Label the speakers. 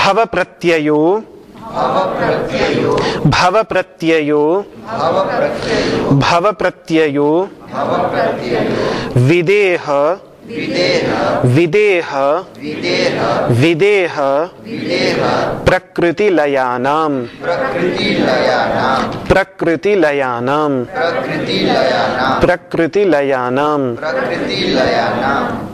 Speaker 1: भव प्रत्ययो भव प्रत्ययो भव प्रत्ययो विदेह विदेह विदेह प्रकृतिलयानाम प्रकृतिलयानाम प्रकृतिलयानाम